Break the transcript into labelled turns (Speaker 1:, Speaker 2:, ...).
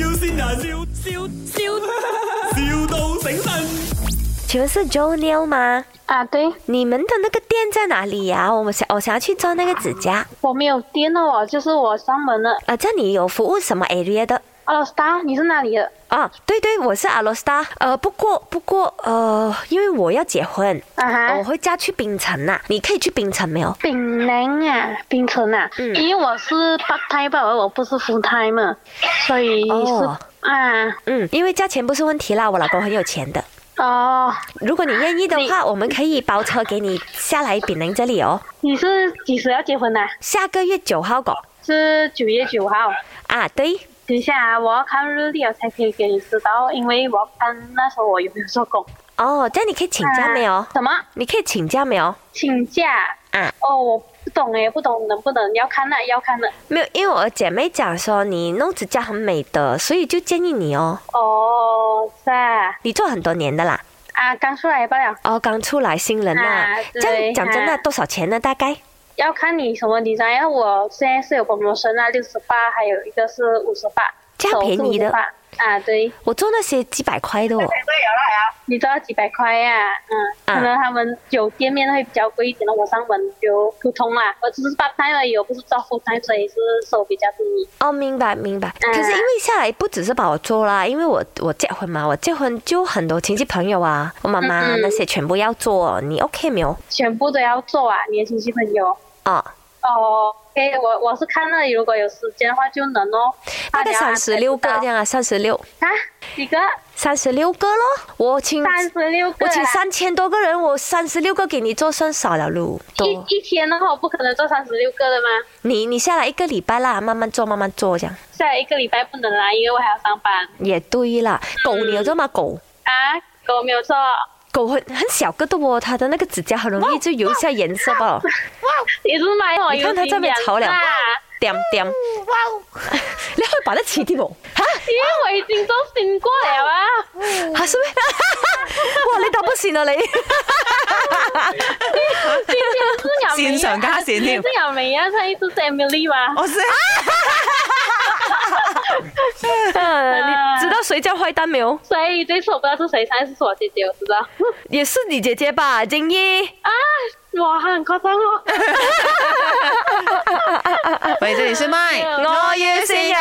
Speaker 1: 要先人，笑笑笑，,笑到醒神。
Speaker 2: 请问是 Jo n e l 吗？
Speaker 3: 啊，对，
Speaker 2: 你们的那个店在哪里呀、我们想我想要去做那个指甲。
Speaker 3: 我没有电了哦，就是我上门了。
Speaker 2: 啊，这里有服务什么 area 的？
Speaker 3: 阿老师，你是哪里的？
Speaker 2: 啊，对对，我是阿罗斯达。呃，不过不过呃，因为我要结婚，
Speaker 3: 啊
Speaker 2: 我
Speaker 3: 哈，
Speaker 2: 会嫁去槟城呐、你可以去槟城没有？
Speaker 3: 丙宁啊，槟城啊，
Speaker 2: 嗯
Speaker 3: 因为我是 part time 吧，我不是 full time 嘛，所以是、
Speaker 2: 哦
Speaker 3: 啊，
Speaker 2: 嗯，因为价钱不是问题啦，我老公很有钱的。
Speaker 3: 哦，
Speaker 2: 如果你愿意
Speaker 3: 啊
Speaker 2: 的话，我们可以包车给你下来丙宁这里哦。
Speaker 3: 你是几时要结婚的、啊？
Speaker 2: 下个月九号搞
Speaker 3: 是九月九号。
Speaker 2: 啊，对，
Speaker 3: 等一下啊，我要看日历了才可以给你知道，因为我要看那时候我有没有做工。
Speaker 2: 哦，这样你可以请假没有
Speaker 3: 啊？什么？
Speaker 2: 你可以请假没有？
Speaker 3: 请假？
Speaker 2: 啊，
Speaker 3: 哦，我不懂哎，不懂能不能要看那、要看那、啊
Speaker 2: 没有，因为我姐妹讲说你弄指甲很美的，所以就建议你哦。
Speaker 3: 哦，是啊，
Speaker 2: 你做很多年的啦，
Speaker 3: 啊，刚出来罢了，
Speaker 2: 哦，刚出来新人呐、
Speaker 3: 啊
Speaker 2: 这样
Speaker 3: 对
Speaker 2: 讲真的，
Speaker 3: 啊
Speaker 2: 多少钱呢？大概
Speaker 3: 要看你什么你然后我现在是有 promotion 啊，六十八，还有一个是五十八，
Speaker 2: 这样便宜的
Speaker 3: 手是58啊，对，
Speaker 2: 我做那些几百块 的哦。
Speaker 3: 你都要几百块呀、嗯，
Speaker 2: 啊
Speaker 3: 可能他们有店面会比较贵一点的，我上门就普通啦，我只是 part time 而已，我不是招 full time，所以是收比较低。
Speaker 2: 哦，明白明白。
Speaker 3: 嗯
Speaker 2: 可是因为下来不只是把我做啦，因为我我结婚嘛，我结婚就很多亲戚朋友啊，我妈妈
Speaker 3: 嗯嗯
Speaker 2: 那些全部要做，你 OK 没有？
Speaker 3: 全部都要做啊，你的亲戚朋友。
Speaker 2: 哦，
Speaker 3: 哦，OK，我我是看那里如果有时间的话就能哦。
Speaker 2: 大概三十六个这
Speaker 3: 啊
Speaker 2: 样啊，三十六，
Speaker 3: 你知道？啊，
Speaker 2: 三十六个咯。我请
Speaker 3: 几个？三十六个
Speaker 2: 我
Speaker 3: 啊。
Speaker 2: 请三千多个人，我三十六个给你做算少了喽。多，
Speaker 3: 一一天的话，我不可能做三十六个的吗？
Speaker 2: 你你下来一个礼拜啦，慢慢做慢慢做这样。
Speaker 3: 下来一个礼拜不能来，因为我还要上班
Speaker 2: 也对啦，狗你有做吗？狗
Speaker 3: 啊。我没有做，
Speaker 2: 狗很很小个的哦，它的那个指甲很容易就油一下颜色吧。
Speaker 3: 也是买我
Speaker 2: 你看他这边吵了
Speaker 3: 有经验啊
Speaker 2: 点点，你可以把它起啲
Speaker 4: 哦
Speaker 2: 冇？
Speaker 3: 因为我已经都醒过了啊。
Speaker 2: 吓是咩？哇！你打不線啊你？
Speaker 3: 今天是鸟梅啊
Speaker 4: 線上加線添
Speaker 3: 今天是鸟梅啊，他一直是 Emily 嘛。
Speaker 2: 哦
Speaker 4: 我是
Speaker 2: 啊你知道谁叫坏蛋没有？
Speaker 3: 所以这次我不知道是谁，上一次是我姐姐，我知道。
Speaker 2: 也是你姐姐吧，金一。
Speaker 3: 啊，哇，很夸张哦。
Speaker 4: 喂，这里是麦，
Speaker 2: 我要先人。